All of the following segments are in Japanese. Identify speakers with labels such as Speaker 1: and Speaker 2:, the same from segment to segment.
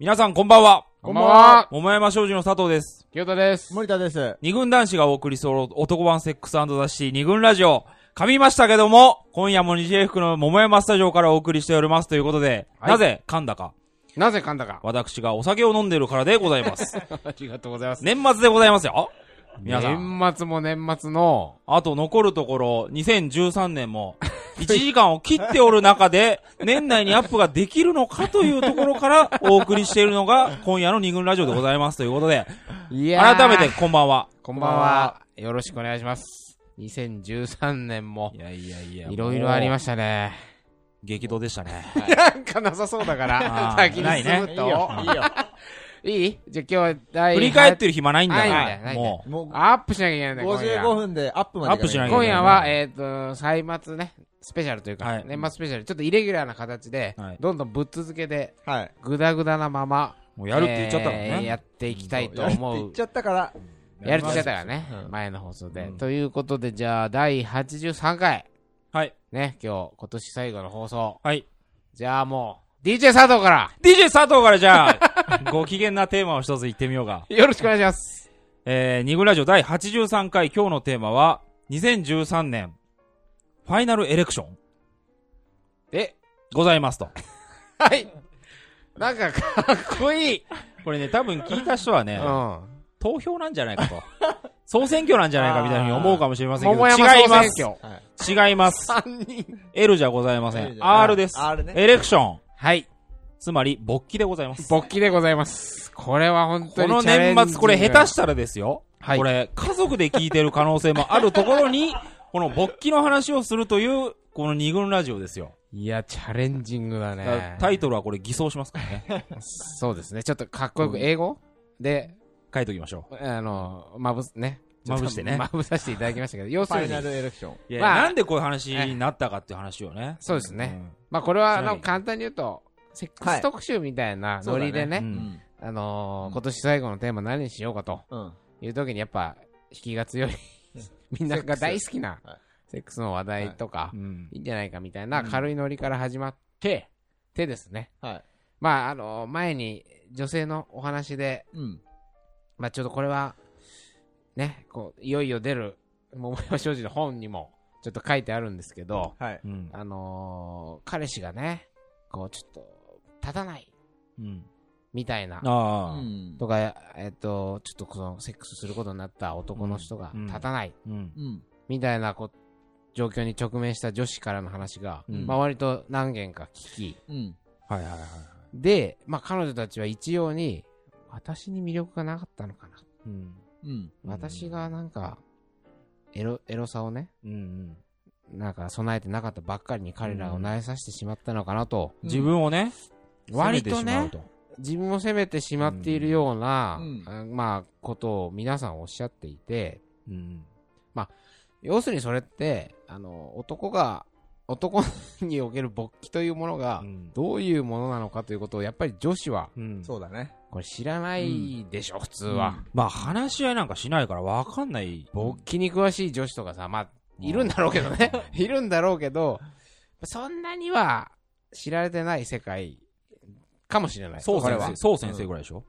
Speaker 1: 皆さんこんばんは。
Speaker 2: こんばんは。
Speaker 1: 桃山商事の佐藤です。
Speaker 2: 清田です。
Speaker 3: 森田です。
Speaker 1: 二軍男子がお送りする男版セックス雑誌二軍ラジオ。噛みましたけども、今夜も DJF の桃山スタジオからお送りしておりますということで、
Speaker 2: はい
Speaker 1: なぜ噛んだか、
Speaker 2: なぜ噛んだか。
Speaker 1: 私がお酒を飲んでるからでございます。
Speaker 2: ありがとうございます。
Speaker 1: 年末でございますよ。皆さん。
Speaker 2: 年末も年末の、
Speaker 1: あと残るところ、2013年も、1時間を切っておる中 で、年内にアップができるのかというところからお送りしているのが、今夜の二軍ラジオでございますということで、
Speaker 2: いやー
Speaker 1: 改めて、こんばんは。
Speaker 2: こんばんは。よろしくお願いします。2013年も
Speaker 1: い、やいやいや
Speaker 2: いろいろありま
Speaker 1: し
Speaker 2: したね。
Speaker 1: た。激動でしたね。
Speaker 2: なんかなさそう だか
Speaker 1: あ
Speaker 2: ら、
Speaker 1: ー
Speaker 2: 先
Speaker 1: な
Speaker 2: に
Speaker 1: いね
Speaker 2: 進むと。
Speaker 3: いいよ。
Speaker 2: いいじゃあ今日は第
Speaker 1: 振り返ってる暇ないんだか
Speaker 2: ないんだ
Speaker 1: ら、
Speaker 2: よ
Speaker 1: も
Speaker 3: もう、
Speaker 2: アップしなきゃいけないんだよ、今夜
Speaker 3: 55分でアップまで。
Speaker 1: アップしない
Speaker 3: と
Speaker 1: と
Speaker 2: 今夜は、えっ、と、歳末ね、スペシャルというか、
Speaker 1: はい
Speaker 2: 年末スペシャル、ちょっとイレギュラーな形で、
Speaker 1: はい
Speaker 2: どんどんぶっ続けで、
Speaker 3: はい。
Speaker 2: ぐだぐだなまま、
Speaker 1: う、もうやるって言っちゃったもん
Speaker 2: えーや
Speaker 1: ね。
Speaker 2: っていきたいと思
Speaker 3: やるって言
Speaker 2: う
Speaker 3: っ。ちゃったから、
Speaker 2: やるって言っちゃったたからね、
Speaker 3: うん
Speaker 2: 前の放送で、
Speaker 1: うん
Speaker 2: ということで、じゃあ、第83回、
Speaker 1: はい。
Speaker 2: ね、今日、今年最後の放送。
Speaker 1: はい。
Speaker 2: じゃあもう、DJ 佐藤から
Speaker 1: DJ 佐藤からじゃあ、 ご機嫌なテーマを一つ言ってみようか。
Speaker 2: よろしくお願いします。
Speaker 1: えー、ニグラジオ第83回今日のテーマは、2013年、ファイナルエレクション、
Speaker 2: え、
Speaker 1: ございますと。
Speaker 2: はい。なんか、かっこいい。
Speaker 1: これね、多分聞いた人は
Speaker 2: う
Speaker 1: ね、
Speaker 2: ん。
Speaker 1: 投票なんじゃないかと。総選挙なんじゃないかみたいに思うかもしれませんけど、
Speaker 2: 桃山
Speaker 1: 違い
Speaker 2: 総
Speaker 1: ま
Speaker 2: 選
Speaker 1: す。
Speaker 2: 挙。
Speaker 3: はい。
Speaker 1: 違います。
Speaker 2: 3人。
Speaker 1: L じゃございませ
Speaker 3: いい
Speaker 1: ん
Speaker 3: じ。ゃん
Speaker 1: R です。
Speaker 3: R ね
Speaker 1: エレクション。
Speaker 2: はい。
Speaker 1: つまり、勃起でございます。
Speaker 2: 勃起でございます。これは本当
Speaker 1: こ
Speaker 2: に
Speaker 1: の
Speaker 2: チャレンジン
Speaker 1: 年
Speaker 2: グ
Speaker 1: 末、これ下手したらですよ。
Speaker 2: はい
Speaker 1: これ、家族で聞いてる可能性もあるところに、 この勃起の話をするという、この二軍ラジオですよ。
Speaker 2: いや、チャレンジングだ
Speaker 1: だから
Speaker 2: ね。
Speaker 1: タイトルはこれ偽装しますからね。
Speaker 2: そうですね。ちょっとかっこよ
Speaker 1: う
Speaker 2: く、
Speaker 1: ん
Speaker 2: 英語で、
Speaker 1: 書いときましょ
Speaker 2: あの、まぶす、ね。
Speaker 1: まぶしてね
Speaker 2: まぶさせていただきましたけど、要
Speaker 3: フ
Speaker 2: する
Speaker 3: ァイ
Speaker 2: に
Speaker 3: ナ、ルエレクション。
Speaker 1: う。いや、
Speaker 2: まあ
Speaker 1: なんでこういう話になったかっていう話をね。
Speaker 2: そうですね。
Speaker 1: うん
Speaker 2: まあこれは、あ
Speaker 1: ちなみ
Speaker 2: の、
Speaker 1: に
Speaker 2: 簡単に言うと、セック
Speaker 3: は
Speaker 2: ス
Speaker 3: い
Speaker 2: 特集みたいなノリでね、
Speaker 1: そうだね
Speaker 3: うん。
Speaker 2: あの
Speaker 3: う
Speaker 2: ー、
Speaker 3: ん
Speaker 2: 今年最後のテーマ何にしようかと
Speaker 3: うん。
Speaker 2: いう時に、やっぱ、引きが強い、みんなが大好きな
Speaker 3: はい、
Speaker 2: セックスの話題とか
Speaker 1: う、ん
Speaker 2: いいんじゃないかみたいな軽いノリから始まって、でですね、
Speaker 3: はい。
Speaker 2: まあ、あの、前に女性のお話で、
Speaker 3: うん。
Speaker 2: まあ、ちょっとこれは、ね、こう、いよいよ出る、桃山商事の本にも、ちょっと書いてあるんですけど、
Speaker 3: はい。
Speaker 1: うん。
Speaker 2: あのー彼氏がね、こう、ちょっと、立たない、
Speaker 1: うん。
Speaker 2: みたいな、
Speaker 3: う
Speaker 1: ああ。
Speaker 3: ん。
Speaker 2: とか、えっと、ちょっとこの、セックスすることになった男の人が
Speaker 1: うんうん
Speaker 2: 立たない、
Speaker 1: うん。
Speaker 3: うん。
Speaker 2: みたいな、こう、状況に直面した女子からの話が、
Speaker 1: うん
Speaker 2: まあ、割と何件か聞き、
Speaker 3: うん。
Speaker 1: はいはいはい。
Speaker 2: で、まあ、彼女たちは一様に、私に魅力がなかったのかな。
Speaker 1: うん。
Speaker 3: うん。
Speaker 1: うん
Speaker 2: 私がなんか、エロ、エロさをね、
Speaker 1: うんうん。
Speaker 2: なんか備えてなかったばっかりに彼らを慣れさせてしまったのかなと、
Speaker 1: 自分をね、
Speaker 2: 割
Speaker 1: 責
Speaker 2: と
Speaker 1: めてしまう
Speaker 2: ね、自分を責めてしまっているような、
Speaker 3: うん
Speaker 2: あまあ、ことを皆さんおっしゃっていて、
Speaker 1: うん。
Speaker 2: 要するにそれって、あの、男が、男における勃起というものが
Speaker 1: う、ん
Speaker 2: どういうものなのかということを、やっぱり女子は、
Speaker 1: うん。
Speaker 3: そうだね。
Speaker 2: これ知らないでしょ、普通は。
Speaker 1: まあ、話し合いなんかしないからわかんない。
Speaker 2: 勃起に詳しい女子とかさ、まあ、いるんだろうけどね。 いるんだろうけど、そんなには知られてない世界かもしれない。
Speaker 1: そう
Speaker 2: これ
Speaker 1: 先
Speaker 2: は
Speaker 1: 生、。そう先生ぐらいでしょ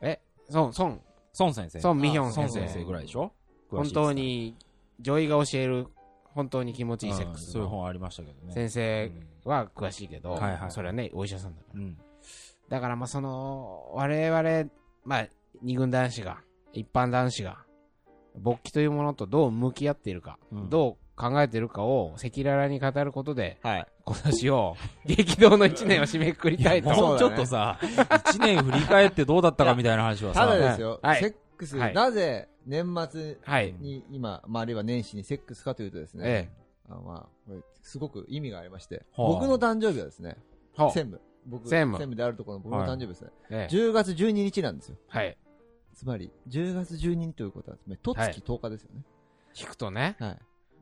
Speaker 2: え、孫、孫、
Speaker 1: 孫先生。
Speaker 2: 孫ミヒョン
Speaker 1: 孫
Speaker 2: 先
Speaker 1: 先
Speaker 2: 生。
Speaker 1: 生ぐらいでしょ
Speaker 2: 本当。に、女医が教える、本当に気持ちいいセッ
Speaker 1: うん
Speaker 2: クス
Speaker 1: そういう
Speaker 2: の
Speaker 1: 本ありましたけどね。
Speaker 2: 先生は詳しいけ
Speaker 1: う
Speaker 2: ど、
Speaker 1: んはいはい
Speaker 2: それはね、お医者さんだから。
Speaker 1: うん。
Speaker 2: だからまあその、我々、まあ、二軍男子が、一般男子が、勃起というものとどう向き合っているか、
Speaker 1: うん
Speaker 2: どう考えているかを赤裸々に語ることで、
Speaker 3: はい。
Speaker 2: 今年を、 激動の一年を締めくくりたいと。
Speaker 1: もうち
Speaker 3: そ
Speaker 1: ょ
Speaker 3: うだ
Speaker 1: っ
Speaker 3: ね
Speaker 1: とさ、一年振り返ってどうだったかみたいな話はさ。
Speaker 3: ただですよ、
Speaker 2: はい
Speaker 3: セックス、
Speaker 2: はい
Speaker 3: なぜ年末
Speaker 2: はい。
Speaker 3: に今、まあ、あるいは年始にセックスかというとですね、
Speaker 2: ええ。
Speaker 3: あのまあ、これすごく意味がありまして、
Speaker 1: はあ
Speaker 3: 僕の誕生日はですね、
Speaker 2: ほう
Speaker 3: 専務。僕、
Speaker 2: 専
Speaker 3: 専
Speaker 2: 務
Speaker 3: 務であるところの僕の誕生日ですね、
Speaker 2: ええ
Speaker 3: 10月12日なんですよ。
Speaker 2: はい。
Speaker 3: つまり、10月12日ということは、とつき10日ですよね。
Speaker 2: 引くとね、
Speaker 3: はい。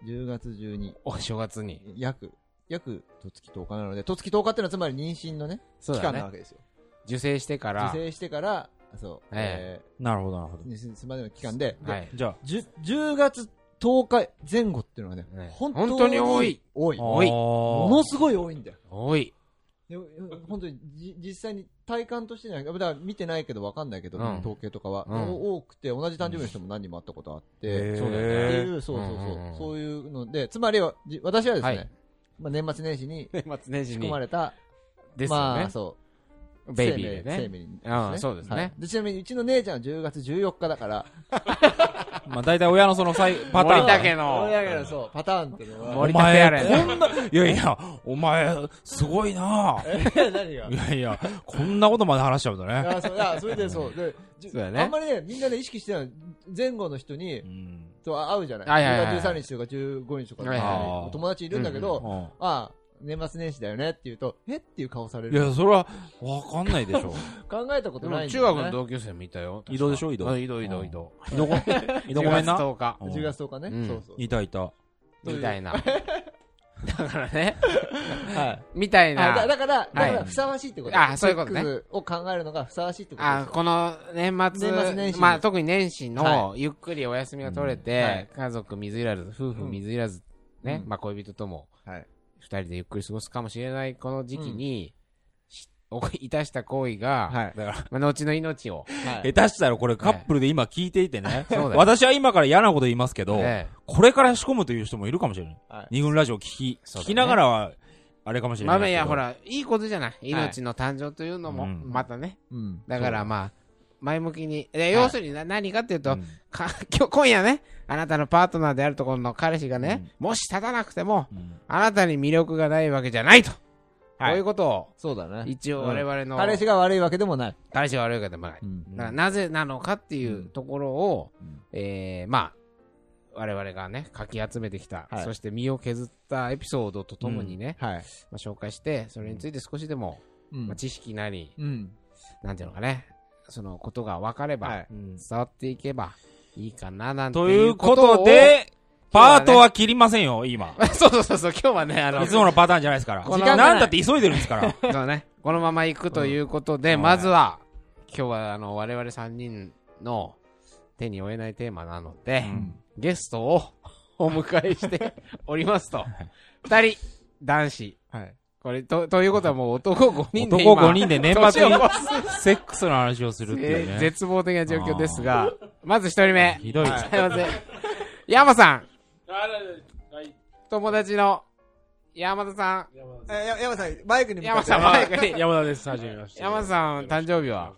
Speaker 3: 10月12、
Speaker 2: お正月に。
Speaker 3: 約、約、とつき10日なので、とつき10日ってのはつまり妊娠のね、
Speaker 2: そう
Speaker 3: 期
Speaker 2: だ
Speaker 3: 間な
Speaker 2: ね
Speaker 3: わ。けですよ。
Speaker 2: 受精してから、
Speaker 3: 受精してから、そう、
Speaker 2: え
Speaker 3: え
Speaker 1: なるほど、なるほ
Speaker 3: ー、妊娠までの期間で、で
Speaker 2: はい。
Speaker 1: じゃあ、
Speaker 3: じゅ 10, 月10日前後っていうのはね
Speaker 2: ね、
Speaker 3: 本
Speaker 2: 本当に多い
Speaker 3: 多い。
Speaker 2: 多い
Speaker 1: あー
Speaker 3: ものすごい多いんだよ。
Speaker 2: 多い。
Speaker 3: でも本当にじ実際に体感としてじゃないだから見てないけど分かんないけど、
Speaker 2: うん
Speaker 3: 統計とかは、
Speaker 2: うん
Speaker 3: 多くて同じ誕生日の人も何人も会ったことあって、
Speaker 2: へー
Speaker 3: そうだよねっていうそうそうそう,、
Speaker 2: うんうんうん
Speaker 3: そういうのでつまりはじ私はですね、
Speaker 2: はい
Speaker 3: まあ、年末年始に
Speaker 2: 年末年始
Speaker 3: 仕
Speaker 2: に
Speaker 3: 込まれた、
Speaker 2: ですよ
Speaker 3: ま
Speaker 2: ね
Speaker 3: あ、そう
Speaker 2: ベイビーで
Speaker 3: 生
Speaker 2: ね
Speaker 3: 命生命に
Speaker 2: ああそうですね
Speaker 3: はいでちなみにうちの姉ちゃんは10月14日だから
Speaker 1: まあ大体親のそのさいパターン
Speaker 2: 森
Speaker 1: が
Speaker 2: 田家の
Speaker 3: 俺だからそうパターンっていうのは
Speaker 2: 森
Speaker 1: お
Speaker 2: 田家や
Speaker 1: 前、
Speaker 2: れ
Speaker 1: こんな、いやいや、お前、すごいなぁ
Speaker 3: 何が
Speaker 1: いやいや、こんなことまで話しちゃうんだね。
Speaker 3: あそうあそれでそうでじゅ
Speaker 2: そうだね
Speaker 3: あんまりねみんなね意識してない前後の人に
Speaker 1: うん
Speaker 3: と会うじゃない
Speaker 2: はいはいはい
Speaker 3: 10月13日とか15日とか
Speaker 2: はいはい
Speaker 1: はい
Speaker 3: 友達いるんだけど、
Speaker 1: うん
Speaker 3: ああ年末年始だよねって言うとえっていう顔され
Speaker 1: い
Speaker 3: る
Speaker 1: や、それは、わかんないでしょ。
Speaker 3: 考えたこ
Speaker 2: で
Speaker 3: とな
Speaker 2: も
Speaker 3: いんだ
Speaker 2: 中
Speaker 3: よ、
Speaker 2: 学
Speaker 3: ね、
Speaker 2: の同級生もいたよ
Speaker 1: 移動でしょ移動
Speaker 2: うん移動移動移動
Speaker 1: い どこ、いどこめんな。
Speaker 2: 10月
Speaker 1: うん
Speaker 3: 10月10日ね、
Speaker 2: うん
Speaker 3: そうそう
Speaker 1: いたいた。
Speaker 2: 10日みたい なだからね
Speaker 3: はい
Speaker 2: みたい
Speaker 3: あだ
Speaker 2: な
Speaker 3: だから、だから
Speaker 2: はい
Speaker 3: ふさわしいってこと
Speaker 2: あそういうことね
Speaker 3: セックスを考えるのがふさわしいってこと
Speaker 2: あこの年
Speaker 3: 年末年
Speaker 2: 末
Speaker 3: 始
Speaker 2: まあ特に年始の
Speaker 3: は
Speaker 2: ゆっくりお休みが取れ
Speaker 3: うんは
Speaker 2: て
Speaker 3: い
Speaker 2: 家族水いらず夫婦水いらずね
Speaker 3: うん
Speaker 2: まあ恋人とも
Speaker 3: です。はい。
Speaker 2: 二人でゆっくり過ごすかもしれないこの時期にし いたした行為が
Speaker 3: い。だか
Speaker 2: まあ後の命を
Speaker 3: ら、はい
Speaker 1: 下手したらこれカップルで今聞いていてね。
Speaker 2: そうだよ
Speaker 1: 私は今から嫌なこと言いますけど、
Speaker 2: ええ
Speaker 1: これから仕込むという人もいるかもしれない。
Speaker 3: はい
Speaker 1: 二軍ラジオ聞き、
Speaker 2: そうだね
Speaker 1: 聞きながらは、あれかもしれない
Speaker 2: まあ
Speaker 1: ですけ
Speaker 2: い
Speaker 1: ど。
Speaker 2: やほらいいことじゃない命の誕生というのも
Speaker 1: うん
Speaker 2: またね
Speaker 3: うん。
Speaker 2: だからまあ、前向きに、で要するにな何かっていうと、
Speaker 1: うん
Speaker 2: か 今日今夜ね、あなたのパートナーであるところの彼氏がね、もし立たなくても、
Speaker 1: うん
Speaker 2: あなたに魅力がないわけじゃないと。
Speaker 3: はい
Speaker 2: こういうことを、
Speaker 3: そうだね。
Speaker 2: 一応我々の、
Speaker 3: 彼氏が悪いわけでもない。
Speaker 2: 彼氏が悪いわけでもない。
Speaker 3: うん
Speaker 2: だからなぜなのかっていうところを、
Speaker 3: うん
Speaker 2: えー、まあ、我々がね、かき集めてきた、
Speaker 3: はい
Speaker 2: そして身を削ったエピソードとともにね、
Speaker 3: はい。
Speaker 2: まあ、紹介して、それについて少しでも、
Speaker 3: うん
Speaker 2: まあ、知識なり、
Speaker 3: うん。
Speaker 2: なんていうのかね、そのことが分かれば、
Speaker 3: はい
Speaker 1: うん
Speaker 2: 伝わっていけばいいかななんて
Speaker 1: と
Speaker 2: い
Speaker 1: いうう
Speaker 2: こ
Speaker 1: こと
Speaker 2: を
Speaker 1: とで、パートは切りませんよ、今。
Speaker 2: そうそうそうそう今日はねあの
Speaker 1: いつものパターンじゃないですから。
Speaker 2: この
Speaker 1: なんだって急いでるんですから。
Speaker 2: そうねこのまま行くということで、
Speaker 1: うん
Speaker 2: まずは今日はあの我々3人の手に負えないテーマなので、
Speaker 1: うん
Speaker 2: ゲストを お迎えしておりま すと2人男子
Speaker 3: はい。
Speaker 2: これとということはもう男5人で今
Speaker 1: 男5人で年末に
Speaker 2: 年を越
Speaker 1: セックスの話をするっていう
Speaker 2: えー
Speaker 1: ね。
Speaker 2: 絶望的な状況ですがまず1人目
Speaker 1: ひどい。
Speaker 2: すいません山さん
Speaker 4: はい、
Speaker 2: 友達の山田さん
Speaker 4: 山
Speaker 3: えー、や山さん、マイクに向か
Speaker 2: 山
Speaker 3: って。
Speaker 2: さん、マイクに。
Speaker 4: 田です。はじめまして。
Speaker 2: 山さん、誕生日は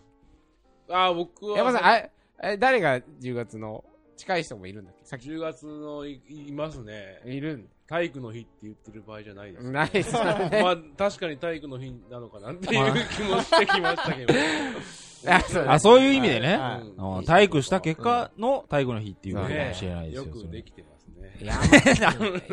Speaker 4: あー、僕は。
Speaker 2: 山さん、あえ、誰が10月の近い人もいるんだっけさっ
Speaker 4: 10月のい、いますね。
Speaker 2: き。いるん
Speaker 4: 体育の日って言ってる場合じゃないです。
Speaker 2: ないですよね。
Speaker 4: まあ、確かに体育の日なのかなっていう気もしてきまし たけど。
Speaker 2: あそう
Speaker 1: あ、そういう意味でね。
Speaker 3: はい
Speaker 1: あの体育した結果の体育の日っていうことかも
Speaker 4: ね
Speaker 1: しれないです
Speaker 4: よ
Speaker 1: よ。
Speaker 4: く
Speaker 1: それ
Speaker 4: できてます ね。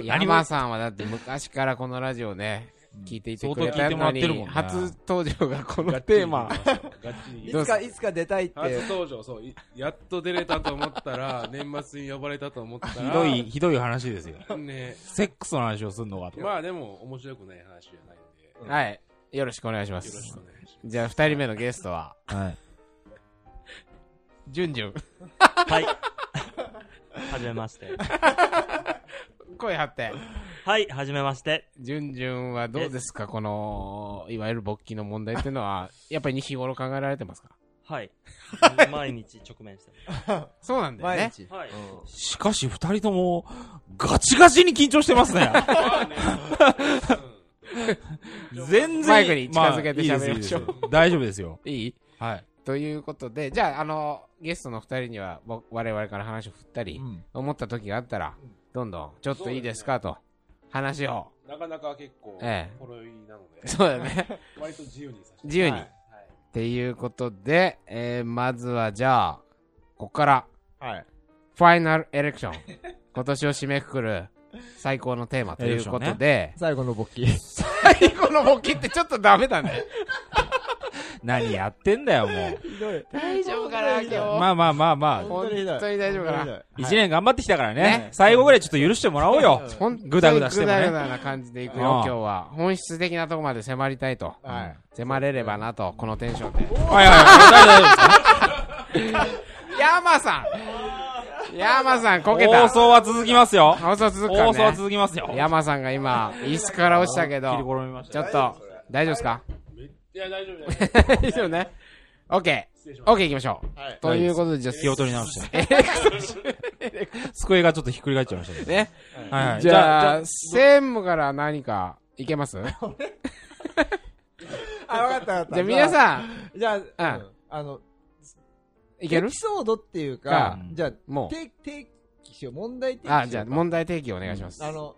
Speaker 2: 山山さんはだって昔からこのラジオね、聞いていてくれた
Speaker 1: 相当聞いてもら
Speaker 2: の
Speaker 1: って
Speaker 2: に、
Speaker 1: るもんね
Speaker 2: 初登場がこのテーマ。
Speaker 4: ガッチリ
Speaker 3: い
Speaker 4: 行きま
Speaker 3: つ
Speaker 4: すよ。
Speaker 3: か、いつか出たいって。
Speaker 4: ガッチリ初登場、そう、いやっと出れたと思っ たら、年末に呼ばれたと思った
Speaker 1: ひ
Speaker 4: ら、
Speaker 1: どい、ひどい話ですよ。
Speaker 4: ね。
Speaker 1: セックスの話をするのがと。
Speaker 4: まあでも、面白くない話じゃないんで、よ
Speaker 2: はい。よろしくお願いしま
Speaker 4: ろし
Speaker 2: す
Speaker 4: くお。願いし
Speaker 2: じゃあ、2人目のゲストは、
Speaker 1: はい。
Speaker 2: じゅんじゅん。
Speaker 5: はい。はじめまして。
Speaker 2: 声張って。
Speaker 5: はい、はじめまして。
Speaker 2: じゅんじゅんはどうですかこの、いわゆる勃起の問題っていうのは、やっぱり日頃考えられてますか
Speaker 5: はい。毎日直面して
Speaker 2: そうなんだよ
Speaker 3: 毎
Speaker 2: ね。
Speaker 3: 日。
Speaker 5: ます。はい。
Speaker 1: しかし、二人とも、ガチガチに緊張してますね。
Speaker 4: ます。うん
Speaker 1: 全然。
Speaker 2: マイクに近づけて
Speaker 1: あいいです
Speaker 2: 喋りましょう
Speaker 1: いいです大丈夫ですよ。
Speaker 2: いい
Speaker 1: はい。
Speaker 2: ということで、じゃあ、あの、ゲストの二人には、僕我々から話を振ったり、
Speaker 3: うん
Speaker 2: 思った時があったら、どんどん、ちょっといいですかと、話 を。
Speaker 4: なかなか結構、
Speaker 2: ええ
Speaker 4: ほろ酔いなので、
Speaker 2: そうだね。
Speaker 4: 割と自由にさせて。
Speaker 2: 自由に。
Speaker 4: はい
Speaker 2: っ。ていうことで、えー、まずは、じゃあ、ここから、
Speaker 3: はい。
Speaker 2: ファイナルエレクション。 今年を締めくくる、最高のテーマということで、
Speaker 3: 最後の勃起。
Speaker 2: 最後のボケってちょっとダメだ ね。
Speaker 1: 何やってんだよ、も
Speaker 3: ひどい。
Speaker 2: 大丈夫かな、今日。
Speaker 1: う。まあまあまあまあ。
Speaker 3: 本当にひどい。
Speaker 2: 本当に大丈夫かな
Speaker 3: 本当にひどい
Speaker 1: 一年頑張ってきたから
Speaker 2: ね
Speaker 1: ね。最後ぐらいちょっと許してもらおうよ。
Speaker 2: ほんとに
Speaker 1: グダグダしてもね
Speaker 2: グダグダな感じでいくよ、
Speaker 1: あ
Speaker 2: 今
Speaker 1: あ
Speaker 2: 日は。本質的なとこまで迫りたいと。
Speaker 3: はい
Speaker 2: 迫れればなと、このテンションで。
Speaker 1: はいはいはい。
Speaker 2: ヤマさんヤマさん、こけた
Speaker 1: 放。送は続きますよ。
Speaker 2: 放送続くか
Speaker 1: 放送は
Speaker 2: らね。
Speaker 1: 続きますよ。
Speaker 2: ヤマさんが今、椅子から落ちたけ
Speaker 1: 切り
Speaker 2: ど、
Speaker 1: 転びまし
Speaker 2: ちょ
Speaker 1: た。
Speaker 2: っと、大丈夫ですか
Speaker 4: めっいや、大丈夫だよ。
Speaker 2: いいですよね。オッケ
Speaker 4: 失礼し
Speaker 2: ー。
Speaker 4: ま
Speaker 2: オッケー行きましょ
Speaker 3: は
Speaker 2: う。
Speaker 3: い。
Speaker 2: ということで、じゃあ、
Speaker 1: 気を取り直して。
Speaker 4: す。
Speaker 1: 机がちょっとひっくり返っちゃいましたけど。
Speaker 2: ね。
Speaker 1: はいはい。
Speaker 2: じゃあ、専務から何か、いけます
Speaker 3: あ、わかったわかった。
Speaker 2: じゃあ、皆さん、
Speaker 3: ん。じゃあ、うんあの、
Speaker 2: いける
Speaker 3: エピソードっていう
Speaker 1: う
Speaker 3: か
Speaker 1: ん、
Speaker 3: じゃあ、
Speaker 2: も
Speaker 3: 提提起しよう。問題提
Speaker 2: う。
Speaker 3: 起しようか。
Speaker 2: あ、じゃあ、問題提起お願いします。
Speaker 3: あの、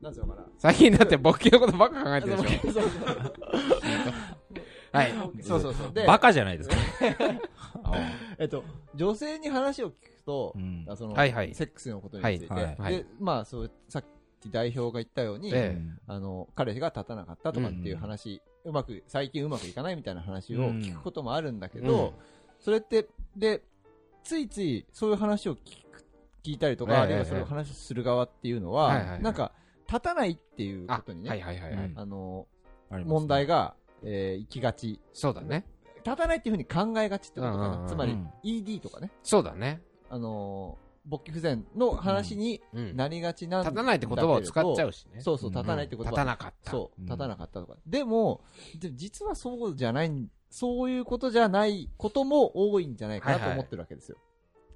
Speaker 3: なんていうのかな。
Speaker 2: 最近だって、勃起のことばっか考えてるでしょ。
Speaker 3: そうそうそう
Speaker 2: はい。
Speaker 3: そうそうそう。で
Speaker 1: バ、カじゃないですか。
Speaker 3: えっと、女性に話を聞くと
Speaker 1: う、ん
Speaker 3: あその、
Speaker 2: はいはい
Speaker 3: セックスのことについて。
Speaker 1: はいはい
Speaker 2: はい
Speaker 3: で、まあ、そう、さっき代表が言ったように、
Speaker 2: え
Speaker 3: あの、彼が立たなかったとかっていう話、うまく、最近うまくいかないみたいな話を聞くこともあるんだけど、それって、で、ついついそういう話を聞く聞いたりとか、
Speaker 2: ええ
Speaker 3: あるいはそれを話する側っていうのは、
Speaker 2: はいはいはい
Speaker 3: なんか、立たないっていうこ
Speaker 2: あ、
Speaker 3: とにね、
Speaker 2: はいはいはいは
Speaker 1: う
Speaker 2: い
Speaker 1: ん。
Speaker 3: あの、
Speaker 1: ありますね
Speaker 3: 問題が、えー行きがち。
Speaker 2: そうだね。
Speaker 3: 立たないっていうふうに考えがちってことかな。
Speaker 2: うんうんうん
Speaker 3: つま
Speaker 1: う
Speaker 3: り
Speaker 1: ん、
Speaker 3: ED とかね、
Speaker 2: そうだね。
Speaker 3: あのー勃起不全の話に
Speaker 2: うん。
Speaker 3: なりがちなん
Speaker 2: 立
Speaker 3: だけれ
Speaker 2: た
Speaker 3: ど
Speaker 2: ないって言葉を使っちゃうしね。
Speaker 3: そうそ
Speaker 1: う
Speaker 3: う、
Speaker 1: ん
Speaker 3: 立たないってこと
Speaker 2: 立たなかった。
Speaker 3: そう、
Speaker 1: うん
Speaker 3: 立たなかったとか。でも、で実はそうじゃない、そういうことじゃないことも多いんじゃないかな
Speaker 2: はい
Speaker 3: と
Speaker 2: はい
Speaker 3: 思ってるわけですよ。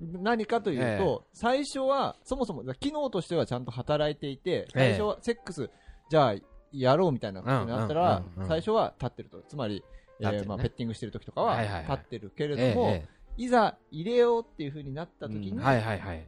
Speaker 3: 何かというと、最初は、そもそも、機能としてはちゃんと働いていて、最初はセックス、じゃあ、やろうみたいなことになったら
Speaker 2: うんうんうんう、ん
Speaker 3: 最初は立ってると。つまり、え
Speaker 2: 立ってる
Speaker 3: ー
Speaker 2: ね
Speaker 3: まあペッティングしてる時とか
Speaker 2: は
Speaker 3: はい
Speaker 2: はいはい
Speaker 3: 立ってるけれ
Speaker 2: え
Speaker 3: ども
Speaker 2: え、
Speaker 3: いざ入れようっていう風になった時
Speaker 2: ええ
Speaker 3: に、
Speaker 2: はいはいはい。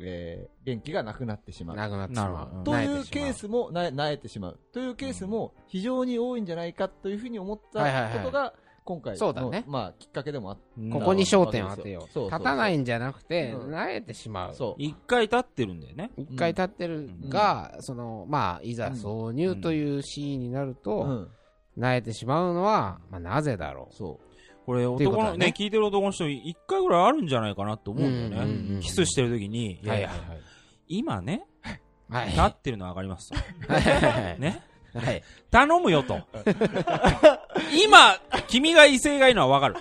Speaker 3: えー元気がなくなってしまう。
Speaker 2: なくなってし
Speaker 1: なる
Speaker 2: ま
Speaker 1: ほ
Speaker 2: う。
Speaker 1: ど
Speaker 3: と
Speaker 2: 萎え
Speaker 3: いう
Speaker 2: てしま
Speaker 3: ケースもなええてしまうというケースも非常に多いんじゃないかというふうに思っ
Speaker 2: はいはいは
Speaker 3: た
Speaker 2: い
Speaker 3: ことが今回
Speaker 2: そうだ
Speaker 3: の
Speaker 2: ね
Speaker 3: まあきっかけでもあっ
Speaker 2: ここに焦点を当
Speaker 3: わけ
Speaker 2: て
Speaker 3: です
Speaker 2: よ
Speaker 3: よ
Speaker 2: う。
Speaker 3: そうそうそう
Speaker 2: 立たないんじゃなくて、
Speaker 3: うん
Speaker 2: 慣れてしま
Speaker 3: た
Speaker 2: う。
Speaker 3: そう
Speaker 1: 一回立ってるんだよね。
Speaker 2: 一回立ってるが、その、まあ、いざ挿入というシーンになる
Speaker 3: う
Speaker 2: と、
Speaker 3: ん
Speaker 2: 慣れてしまうのは、まあ、なぜだろう。
Speaker 3: そう
Speaker 1: これ
Speaker 2: っていう
Speaker 1: 男
Speaker 2: こと
Speaker 1: の
Speaker 2: だね
Speaker 1: ね、聞いてる男の人一回ぐらいあるんじゃないかなと思うんだよ
Speaker 2: うんうんうんうん
Speaker 1: ね。キスしてる時に、いやいや
Speaker 2: はい。
Speaker 1: 今ね、
Speaker 2: はい。
Speaker 1: 立ってるのは上がりますと。
Speaker 2: はいはい
Speaker 1: ね。
Speaker 2: はい。
Speaker 1: 頼むよと。今、君が異性がいいのはわかる。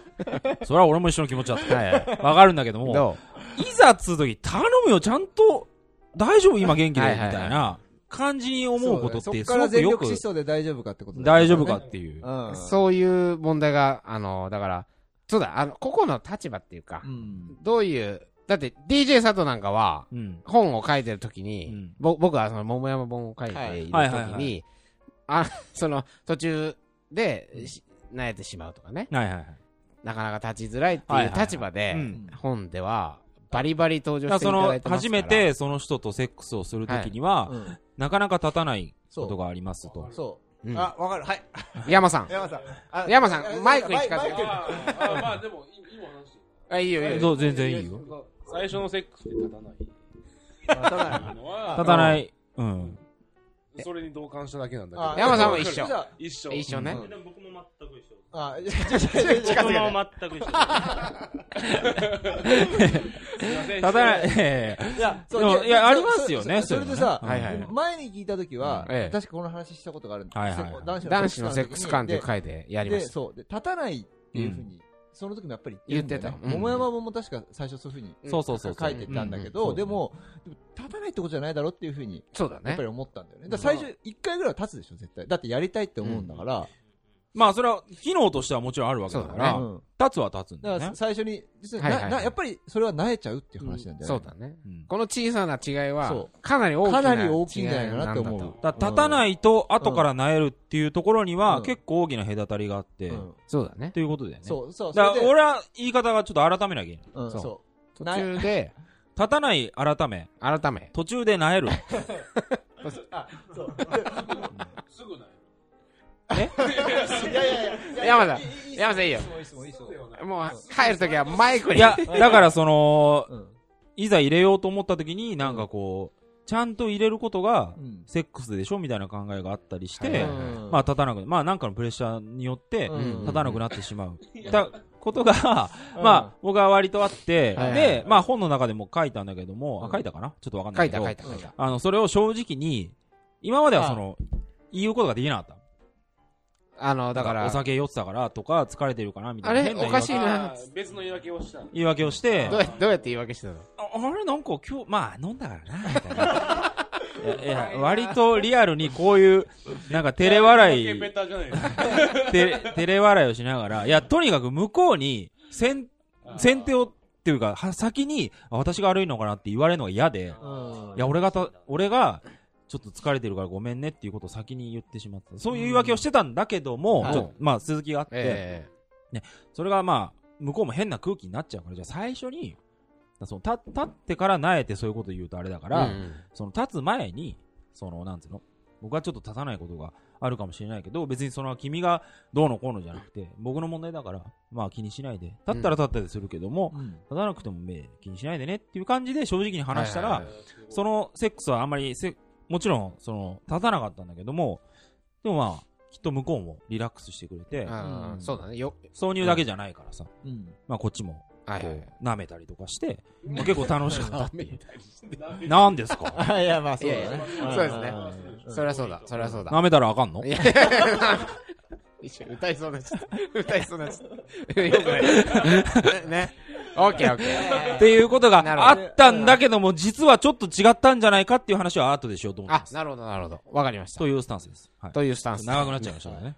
Speaker 1: それは俺も一緒の気持ちだった。わかるんだけども、
Speaker 2: ど
Speaker 1: いざっつう時、頼むよ、ちゃんと、大丈夫今元気で、
Speaker 2: は
Speaker 1: み
Speaker 2: いはいはい
Speaker 1: たいな感じに思うことって、
Speaker 3: そ
Speaker 1: す
Speaker 3: こから
Speaker 1: ごく
Speaker 3: 全
Speaker 1: よ
Speaker 3: 力
Speaker 1: く
Speaker 3: 疾、走で大丈夫かってことだ
Speaker 1: 大
Speaker 3: よ
Speaker 1: 丈
Speaker 3: ね
Speaker 1: 夫かっていう。
Speaker 2: う
Speaker 3: うん
Speaker 2: そういう問題が、あの、だから、そうだ、あの、個々の立場っていうか
Speaker 3: う、ん
Speaker 2: どういう、だって DJ 佐藤なんかは、
Speaker 1: うん。
Speaker 2: 本を書いてるとき
Speaker 1: う
Speaker 2: に
Speaker 1: ん、
Speaker 2: ぼ僕はその桃山本を書いている
Speaker 1: は
Speaker 2: と
Speaker 1: いはいはい
Speaker 2: き
Speaker 1: は
Speaker 2: に、あ、その途中で、し萎えてしまうとかね。
Speaker 1: はいはいはい。
Speaker 2: なかなか立ちづらいって
Speaker 1: はいいうはいはい
Speaker 2: 立場で
Speaker 1: う、
Speaker 3: ん
Speaker 2: 本ではバリバリ登
Speaker 1: だ
Speaker 2: 場
Speaker 1: か
Speaker 2: し
Speaker 1: ら
Speaker 2: て
Speaker 1: そ
Speaker 2: いただ
Speaker 1: の
Speaker 2: い、てます
Speaker 1: 初
Speaker 2: か
Speaker 1: め
Speaker 2: ら。
Speaker 1: てその人とセックスをするときには、
Speaker 3: うん
Speaker 1: なかなか立たない
Speaker 3: そ
Speaker 1: こと
Speaker 3: う
Speaker 1: がありますと。
Speaker 3: そ
Speaker 2: うん、
Speaker 3: うあわかるはい
Speaker 2: 山さん。
Speaker 3: 山さんあ
Speaker 2: 山さんマイクに近づいて
Speaker 3: マイ
Speaker 4: あーあーまあでも、いいいいお話。
Speaker 2: あ、いいよいいよ。
Speaker 1: そう全然いいよ。
Speaker 4: 最初のセックスで立たない。
Speaker 3: ク立たない
Speaker 4: のは
Speaker 1: 立たない。うん。
Speaker 4: それに同感しただけなんだ
Speaker 3: あ
Speaker 4: けど。
Speaker 2: 山さんも一緒
Speaker 3: じゃあ
Speaker 4: 一緒。
Speaker 2: 一緒ね。
Speaker 3: うん
Speaker 5: 僕も全く一緒。
Speaker 3: あじゃあじゃあじゃあじゃあ
Speaker 5: 僕も全く一緒。
Speaker 4: すいません
Speaker 1: 立たない。いやいや
Speaker 3: いや
Speaker 1: でも
Speaker 3: そう
Speaker 1: いやありますよね
Speaker 3: そそそれで
Speaker 1: そういうの
Speaker 3: さ
Speaker 1: ねはいはいはい
Speaker 3: 前に聞いた時は
Speaker 2: ええ
Speaker 3: 確かこの話したことがあるんだ
Speaker 1: はいはいはい
Speaker 2: 男子のセックス観とい
Speaker 3: で
Speaker 2: う回でやりま
Speaker 3: で、
Speaker 2: した。
Speaker 3: そう。で、立たないっていうふうに、その時もやっぱりるんだよね
Speaker 2: 言ってたうん
Speaker 3: 桃山本も確か最初そういうふうに
Speaker 1: そうそうそう。
Speaker 3: 書いてたんだけ
Speaker 1: うん
Speaker 3: ど、
Speaker 1: うん
Speaker 3: でも、でも立たないってことじゃないだろっていうふうに、
Speaker 2: そうだ
Speaker 3: やっ
Speaker 2: ね
Speaker 3: ぱ。り思ったんだよね。だから最初、一回ぐらいは立つでしょ、絶対。だってやりたいって思うんだから。
Speaker 1: まあそれは、機能としてはもちろんあるわけだか
Speaker 2: そうだ
Speaker 1: ら
Speaker 2: ね、
Speaker 3: うん
Speaker 1: 立つは立つんだ
Speaker 3: だ
Speaker 1: よ
Speaker 3: か
Speaker 1: ね
Speaker 3: ら。最初に、実
Speaker 2: はいは
Speaker 3: に
Speaker 2: いは
Speaker 3: ないなやっぱりそれは慣れちゃうっていう話なんだよ
Speaker 2: そ
Speaker 3: ね
Speaker 2: う。だね。
Speaker 1: うん
Speaker 2: この小さな違いは
Speaker 3: そ、
Speaker 2: かなり大きな違い
Speaker 3: か
Speaker 2: なだ
Speaker 3: なんり
Speaker 2: と。
Speaker 3: 大きいんじゃないかなって思う
Speaker 1: だから立たないと後から萎えるっていうところに
Speaker 3: う
Speaker 1: は
Speaker 3: ん
Speaker 1: 結構大きな隔たりがあって、
Speaker 3: う
Speaker 1: っ
Speaker 3: ん
Speaker 2: そうだね。
Speaker 1: ていうことだよね。
Speaker 3: そうそう。
Speaker 1: だか
Speaker 3: それ
Speaker 1: ら
Speaker 3: で
Speaker 1: 俺は言い方がちょっと改めなきゃいけない。
Speaker 3: うん、
Speaker 2: そう
Speaker 3: そ
Speaker 2: 途中で、
Speaker 1: 立たない改め、
Speaker 2: 改め。
Speaker 1: 途中で萎える。
Speaker 3: う。あ、そう。
Speaker 4: すぐない。
Speaker 3: いやいやいやいや。
Speaker 2: 山田
Speaker 3: いいいい
Speaker 2: 山田いいよ
Speaker 3: 質問いい質問いい質問
Speaker 2: もう、帰るときはマイク
Speaker 1: い
Speaker 2: に。
Speaker 1: や、だからその、
Speaker 3: うん
Speaker 1: いざ入れようと思った時になんかこう、ちゃんと入れることが
Speaker 3: うん。
Speaker 1: セックスでしょみたいな考えがあったりし
Speaker 2: はい
Speaker 1: て
Speaker 2: はい、
Speaker 3: うん
Speaker 1: まあ立たなく、まあなんかのプレッシャーによって
Speaker 3: うん
Speaker 1: 立たなくなってしまう。たこと が、まあ、僕は割とあって、
Speaker 2: はいはい
Speaker 1: で、まあ本の中でも書いたんだけども、
Speaker 3: う
Speaker 1: あ
Speaker 3: ん
Speaker 1: 書いたかなちょっとわかんな
Speaker 2: 書
Speaker 1: い
Speaker 2: い
Speaker 1: け
Speaker 2: た
Speaker 1: ど、
Speaker 2: 書いた書いた。
Speaker 1: あの、それを正直に、今まではその、言うことができなかった。
Speaker 2: あの、だか
Speaker 1: お
Speaker 2: ら、
Speaker 1: 酒酔ってたからとか、疲れてるからみたいな。
Speaker 2: あれ
Speaker 1: 変な言い
Speaker 2: お
Speaker 1: 訳
Speaker 2: かしいな
Speaker 4: あー別の言い訳をした。
Speaker 1: 言い訳をして
Speaker 2: どう、やどうやって言い訳してたの
Speaker 1: ああれなんか今日、まあ飲んだからな、みたいな。いや割とリアルにこういう、なんか照れ笑
Speaker 4: だけベ
Speaker 1: い、
Speaker 4: タじゃないですか
Speaker 1: 照れ照れ笑いをしながら、いや、とにかく向こうに、先、先手を、っていうか、は先に、あ私が悪いのかなって言われるのが嫌で、いや、俺がた、俺が、ちょっと疲れてるからごめんねっていうことを先に言ってしまった。そういう言い訳をしてたんだけども、
Speaker 2: うん
Speaker 1: ちょっとまあ、続きがあって、
Speaker 2: え
Speaker 1: それがまあ、向こうも変な空気になっちゃうから、じゃあ最初に、だその立立ってから苗えてそういうこと言うとあれだか
Speaker 2: え
Speaker 1: ら、
Speaker 2: うん
Speaker 1: その立つ前に、その、なんつうの僕はちょっと立たないことがあるかもしれないけど、別にその君がどうのこうのじゃなくて、僕の問題だから、まあ気にしないで、立ったら立ったでするけども、立たなくてもめ気にしないでねっていう感じで正直に話したら、
Speaker 2: はいはい
Speaker 1: そのセックスはあんまりせ、もちろん、その、立たなかったんだけども、でもまあ、きっと向こうもリラックスしてくれて、
Speaker 2: うん
Speaker 3: うん
Speaker 2: そうだね。よ、
Speaker 1: 挿入だけじゃないからさ、
Speaker 3: うん。
Speaker 1: まあこっちも、
Speaker 2: は
Speaker 1: こ、
Speaker 2: いはいう
Speaker 1: 舐めたりとかして、まあ結構楽しかったって いう。
Speaker 4: ダメ
Speaker 1: なんですか
Speaker 3: あ、いや、まあそうだ
Speaker 2: いやい
Speaker 3: ね
Speaker 2: や。
Speaker 3: ん
Speaker 2: そうですね
Speaker 3: ん
Speaker 2: そりゃそうだ、そりゃそうだ。
Speaker 1: 舐めたらあかんの
Speaker 2: いやいやいや一緒に歌いそうなちゃった。歌いそ うなちゃった。よくない。ね。オッケーオッケー。
Speaker 1: っていうこと
Speaker 2: な
Speaker 1: があ
Speaker 2: るほど
Speaker 1: ったんだけども、実はちょっと違ったんじゃないかっていう話は後でしようと思って
Speaker 2: あ
Speaker 1: ま、す。
Speaker 2: なるほど、なるほど。わかりました。
Speaker 1: というスタンスです。はい。
Speaker 2: というスタンス。
Speaker 1: 長くなっちゃいましたから。ね。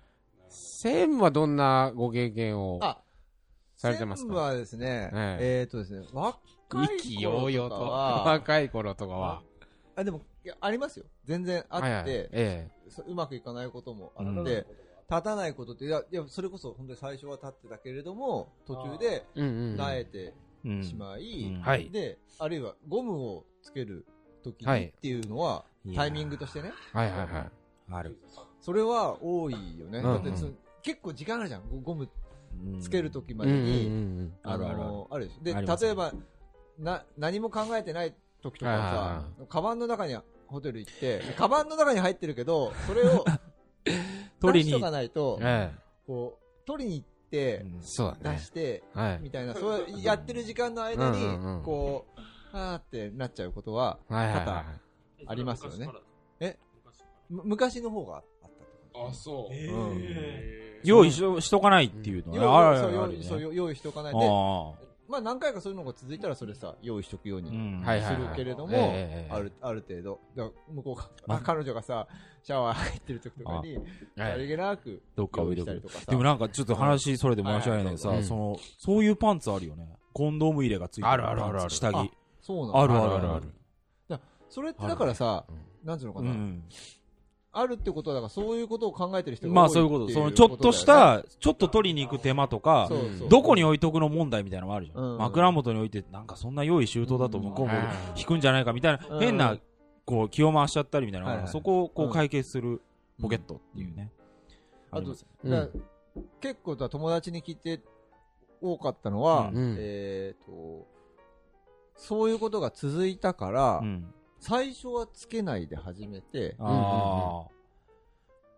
Speaker 2: セームはどんなご経験を
Speaker 3: あ
Speaker 2: されてます
Speaker 3: 全部
Speaker 2: か
Speaker 3: はですね、
Speaker 2: え
Speaker 3: えっとですね、若
Speaker 2: 意気
Speaker 3: い
Speaker 2: 揚
Speaker 3: 頃
Speaker 2: 々
Speaker 3: と
Speaker 2: と。
Speaker 3: かは、
Speaker 2: 若い頃とかは。
Speaker 3: あ、でも、いやありますよ。全然あ
Speaker 2: はいは
Speaker 3: っ
Speaker 2: い
Speaker 3: て、
Speaker 2: え
Speaker 3: そううまくいかないこともあ
Speaker 1: うん
Speaker 3: って、立たないことって、いや、いやそれこそ本当に最初は立ってたけれども、途中で
Speaker 2: え。うんうんうん。
Speaker 3: 慣えて
Speaker 1: う
Speaker 3: し
Speaker 1: ん。うん
Speaker 3: ま
Speaker 1: うん
Speaker 3: い、
Speaker 2: はい。
Speaker 3: で、あるいはゴムをつける時
Speaker 2: は
Speaker 3: に
Speaker 2: い
Speaker 3: っていうのは、
Speaker 1: いやー
Speaker 3: タイミングとしてね、
Speaker 2: はいはいはい。
Speaker 1: ある。
Speaker 3: それは多いよね。
Speaker 2: うんうん
Speaker 3: だってその結構時間あるじゃん、ゴゴム
Speaker 1: うん
Speaker 3: つける時ま
Speaker 2: うん
Speaker 3: で
Speaker 2: うんう、
Speaker 3: に
Speaker 2: ん
Speaker 1: あるあるある
Speaker 3: のーあるでしょ。で、
Speaker 1: あります
Speaker 3: 例えば、な、何も考えてない時とか
Speaker 2: はいはい
Speaker 3: さ
Speaker 2: は、
Speaker 3: カバンの中にホテル行って、カバンの中に入ってるけど、それを
Speaker 1: 取り
Speaker 3: 出し
Speaker 1: に
Speaker 3: とかないと
Speaker 2: うん。、ええ。
Speaker 3: こう、取りに行って、
Speaker 2: そうだ
Speaker 3: 出
Speaker 2: ね。
Speaker 3: して、
Speaker 2: はい。
Speaker 3: みたいな、そうやってる時間の間に
Speaker 2: うんうんうん、
Speaker 3: こう、あーってなっちゃうことは、
Speaker 2: はいはい
Speaker 3: 多
Speaker 2: は
Speaker 3: 々
Speaker 2: い。
Speaker 3: ありますよね
Speaker 4: え
Speaker 3: えむ昔の方があったって感
Speaker 4: あ、
Speaker 3: う
Speaker 4: そう。
Speaker 3: ん
Speaker 4: へー
Speaker 1: 用意しとしとかないっていうの
Speaker 3: じ
Speaker 1: ね
Speaker 3: 用
Speaker 1: あ
Speaker 3: 意
Speaker 1: る
Speaker 3: そ
Speaker 1: あ
Speaker 3: う
Speaker 1: るあ
Speaker 3: 用
Speaker 1: る
Speaker 3: 意
Speaker 1: ね
Speaker 3: そう用意しておかないで、
Speaker 1: あ
Speaker 3: まあ何回かそういうのが続いたらそれさ、用意しとくように
Speaker 1: うん
Speaker 2: はい
Speaker 3: す
Speaker 2: はい
Speaker 3: る
Speaker 2: はい
Speaker 3: けれど
Speaker 2: ええ
Speaker 3: も
Speaker 2: ええ、
Speaker 3: ある、ある程度。だから向こうが、
Speaker 1: まあ
Speaker 3: あ彼女がさ、シャワー入ってる時とかに、
Speaker 2: は
Speaker 3: さり
Speaker 2: い
Speaker 3: げなく、
Speaker 1: どっか置いてお
Speaker 3: したり
Speaker 1: く。
Speaker 3: とかさ。
Speaker 1: でもなんかちょっと話それで申し訳ないけど
Speaker 2: はい
Speaker 1: さ、
Speaker 2: はい
Speaker 1: その、そういうパンツあるよね。コンドーム入れがついて
Speaker 2: あるあるあるある
Speaker 1: 下着。
Speaker 3: あそうなの
Speaker 1: あるあるある
Speaker 2: あ
Speaker 1: あ
Speaker 2: る
Speaker 1: る。
Speaker 3: それってだからさ
Speaker 2: あるね、
Speaker 3: なんていうの
Speaker 1: う
Speaker 3: かな。
Speaker 1: ん。
Speaker 3: あるってことは、だからそういうことを考えてる人が多い
Speaker 1: まあそういうこと。
Speaker 3: って
Speaker 1: そのちょっとし
Speaker 3: だよね、
Speaker 1: た、ちょっと取りに行く手間とか、
Speaker 3: そうそう
Speaker 1: どこに置いとくの問題みたいなのもあるじゃん。
Speaker 3: うん
Speaker 1: 枕元に置いて、なんかそんな用意周到だと向こうも
Speaker 2: うん
Speaker 1: 引くんじゃないかみたいな、
Speaker 3: うん
Speaker 1: 変な、こう、気を回しちゃったりみたいなのが、
Speaker 3: はいはい
Speaker 1: そこをこう
Speaker 3: うん
Speaker 1: 解決するポケットっていうね。
Speaker 3: うん
Speaker 1: ありますよ
Speaker 2: うん
Speaker 3: だから結構だ友達に聞いて多かったのは、
Speaker 2: うん
Speaker 3: えっ、と、そういうことが続いたから、
Speaker 1: うん。
Speaker 3: 最初はつけないで始めて、
Speaker 1: ああ、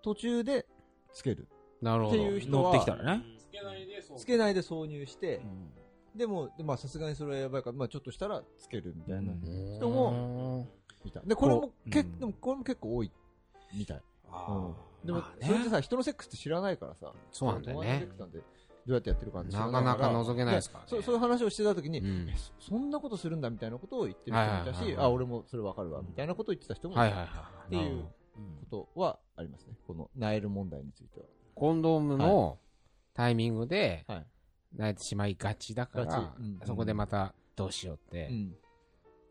Speaker 3: 途中でつける。
Speaker 2: なるほ
Speaker 3: ってい
Speaker 2: ど
Speaker 3: う。人は
Speaker 1: 乗ってきたらね。
Speaker 4: つけないで、そう。
Speaker 3: つけないで挿入して
Speaker 1: う、ん
Speaker 3: でも、でまあさすがにそれはやばいから、まあちょっとしたらつけるみたいな。
Speaker 1: うん
Speaker 2: 人
Speaker 3: 人も、みたいで、これも
Speaker 1: こう
Speaker 3: け、
Speaker 1: うん
Speaker 3: でもこれも結構多い。みたい。
Speaker 1: あー
Speaker 3: でも
Speaker 1: まあ、ね
Speaker 3: それってさ、人のセックスって知らないからさ。
Speaker 2: そうなんだよ
Speaker 3: 友達のセ
Speaker 2: ね
Speaker 3: ック。スなんてどうやってやってるかって知ら
Speaker 2: ないかなか覗けないですからね。
Speaker 3: そうそういう話をしてた時に、
Speaker 2: うん
Speaker 3: えそそんなことするんだみたいなことを言ってる人もいた
Speaker 2: はいはいはい
Speaker 3: し、
Speaker 2: はい
Speaker 3: あ、俺もそれわかるわ、みたいなことを言ってた人もい
Speaker 2: はい
Speaker 3: た
Speaker 2: はい
Speaker 3: こ
Speaker 2: はい。
Speaker 3: っていう
Speaker 2: なるほど
Speaker 3: とはありますね。このナイル問題については。
Speaker 2: コンドームのタイミングで
Speaker 3: はい、
Speaker 2: 泣いてしまいがちだか
Speaker 3: がち
Speaker 2: ら
Speaker 3: うん、
Speaker 2: そこでまたどうしようって
Speaker 3: う。ん。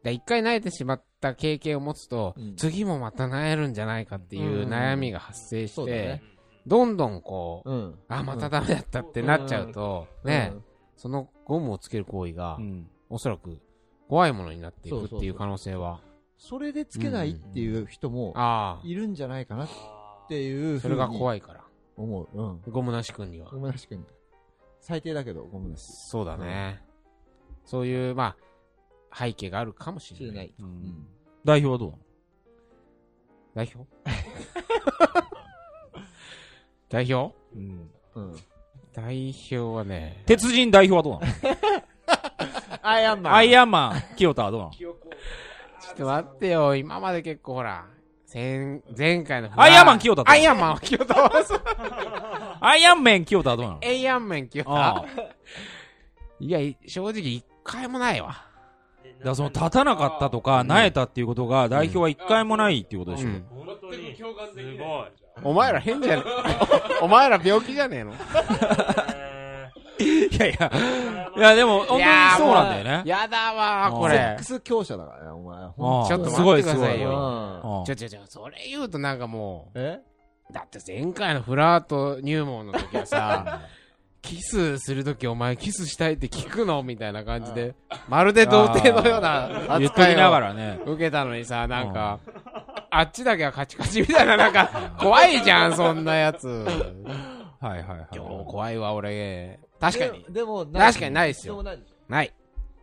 Speaker 2: で一回泣いてしまった経験を持つと
Speaker 3: うん、
Speaker 2: 次もまた泣えるんじゃないかっていう悩みが発生
Speaker 3: そ
Speaker 2: し
Speaker 3: うだ
Speaker 2: て
Speaker 3: ね、
Speaker 2: どんどんこう、
Speaker 3: うん。
Speaker 2: あ、またダメだったってなっちゃうと、ね、そのゴムをつける行為が
Speaker 1: う、ん。
Speaker 2: おそらく怖いものになっていくっていう可能性は、
Speaker 3: それでつけないっていう人も
Speaker 2: ああ、
Speaker 3: いるんじゃないかなっていうふうに。
Speaker 2: それが怖
Speaker 3: い。
Speaker 2: いから、
Speaker 3: 思う。うん。
Speaker 2: ゴムなし君には
Speaker 3: ご。めんなし君。最低だけど、ごめんなし。
Speaker 2: そうだね。そういう、まあ、背景があるかもし
Speaker 3: 知
Speaker 2: れ
Speaker 3: れ
Speaker 2: な。
Speaker 3: ないい。
Speaker 1: う
Speaker 3: うんん。
Speaker 1: 代表はどうなの
Speaker 2: 代表 代表
Speaker 1: うん
Speaker 3: うん。
Speaker 2: 代表はね、
Speaker 1: 鉄人代表はど うなの
Speaker 3: アイアンマン。
Speaker 1: アイアンマン、清田はどうなの
Speaker 4: 記憶を
Speaker 2: ちょっと待ってよ、今まで結構ほら、前、前回の。
Speaker 1: アイアンマン清田と
Speaker 2: アイアンマン 清田そう
Speaker 1: アイアンメン、清田はどうなの
Speaker 2: アイアンマン清
Speaker 1: あ
Speaker 2: 田いや、い正直一回もないわ。
Speaker 5: え
Speaker 1: だからその立たなかったとか、
Speaker 2: ん
Speaker 1: なえたっていうことが代表は一回もないっていうことでしょ。
Speaker 2: うん
Speaker 5: 本当
Speaker 4: 全
Speaker 5: に
Speaker 4: く
Speaker 5: す
Speaker 4: 共感でき
Speaker 5: ご
Speaker 4: ない
Speaker 5: い。
Speaker 2: お前ら変じゃね お前ら病気じゃねえの
Speaker 5: え
Speaker 1: いやいや、いやでも、本当にそうなんだよね。
Speaker 2: やだわーこ
Speaker 3: セッ
Speaker 2: れ
Speaker 3: クス強者だからね、お前。
Speaker 1: ああ
Speaker 2: ちょっと
Speaker 1: すご
Speaker 2: 待っ
Speaker 1: い
Speaker 2: てくださいよ
Speaker 3: うん
Speaker 1: うん
Speaker 2: ちょちょちょそれ言うとなんかも
Speaker 3: え
Speaker 2: うだって前回のフラート入門の時はさキスする時お前キスしたいって聞くのみたいな感じでまるで童貞のような
Speaker 1: 言っと
Speaker 2: 扱
Speaker 1: きなが
Speaker 2: いを
Speaker 1: らね。
Speaker 2: 受けたのにさなんかあっちだけはカチカチみたいななんか怖いじゃんそんなやつ
Speaker 1: はいはいはい。
Speaker 2: 今日怖いわ俺確かに
Speaker 3: でも、でも
Speaker 2: 確かにないっすよ
Speaker 3: でもないでしょ
Speaker 2: ない
Speaker 1: い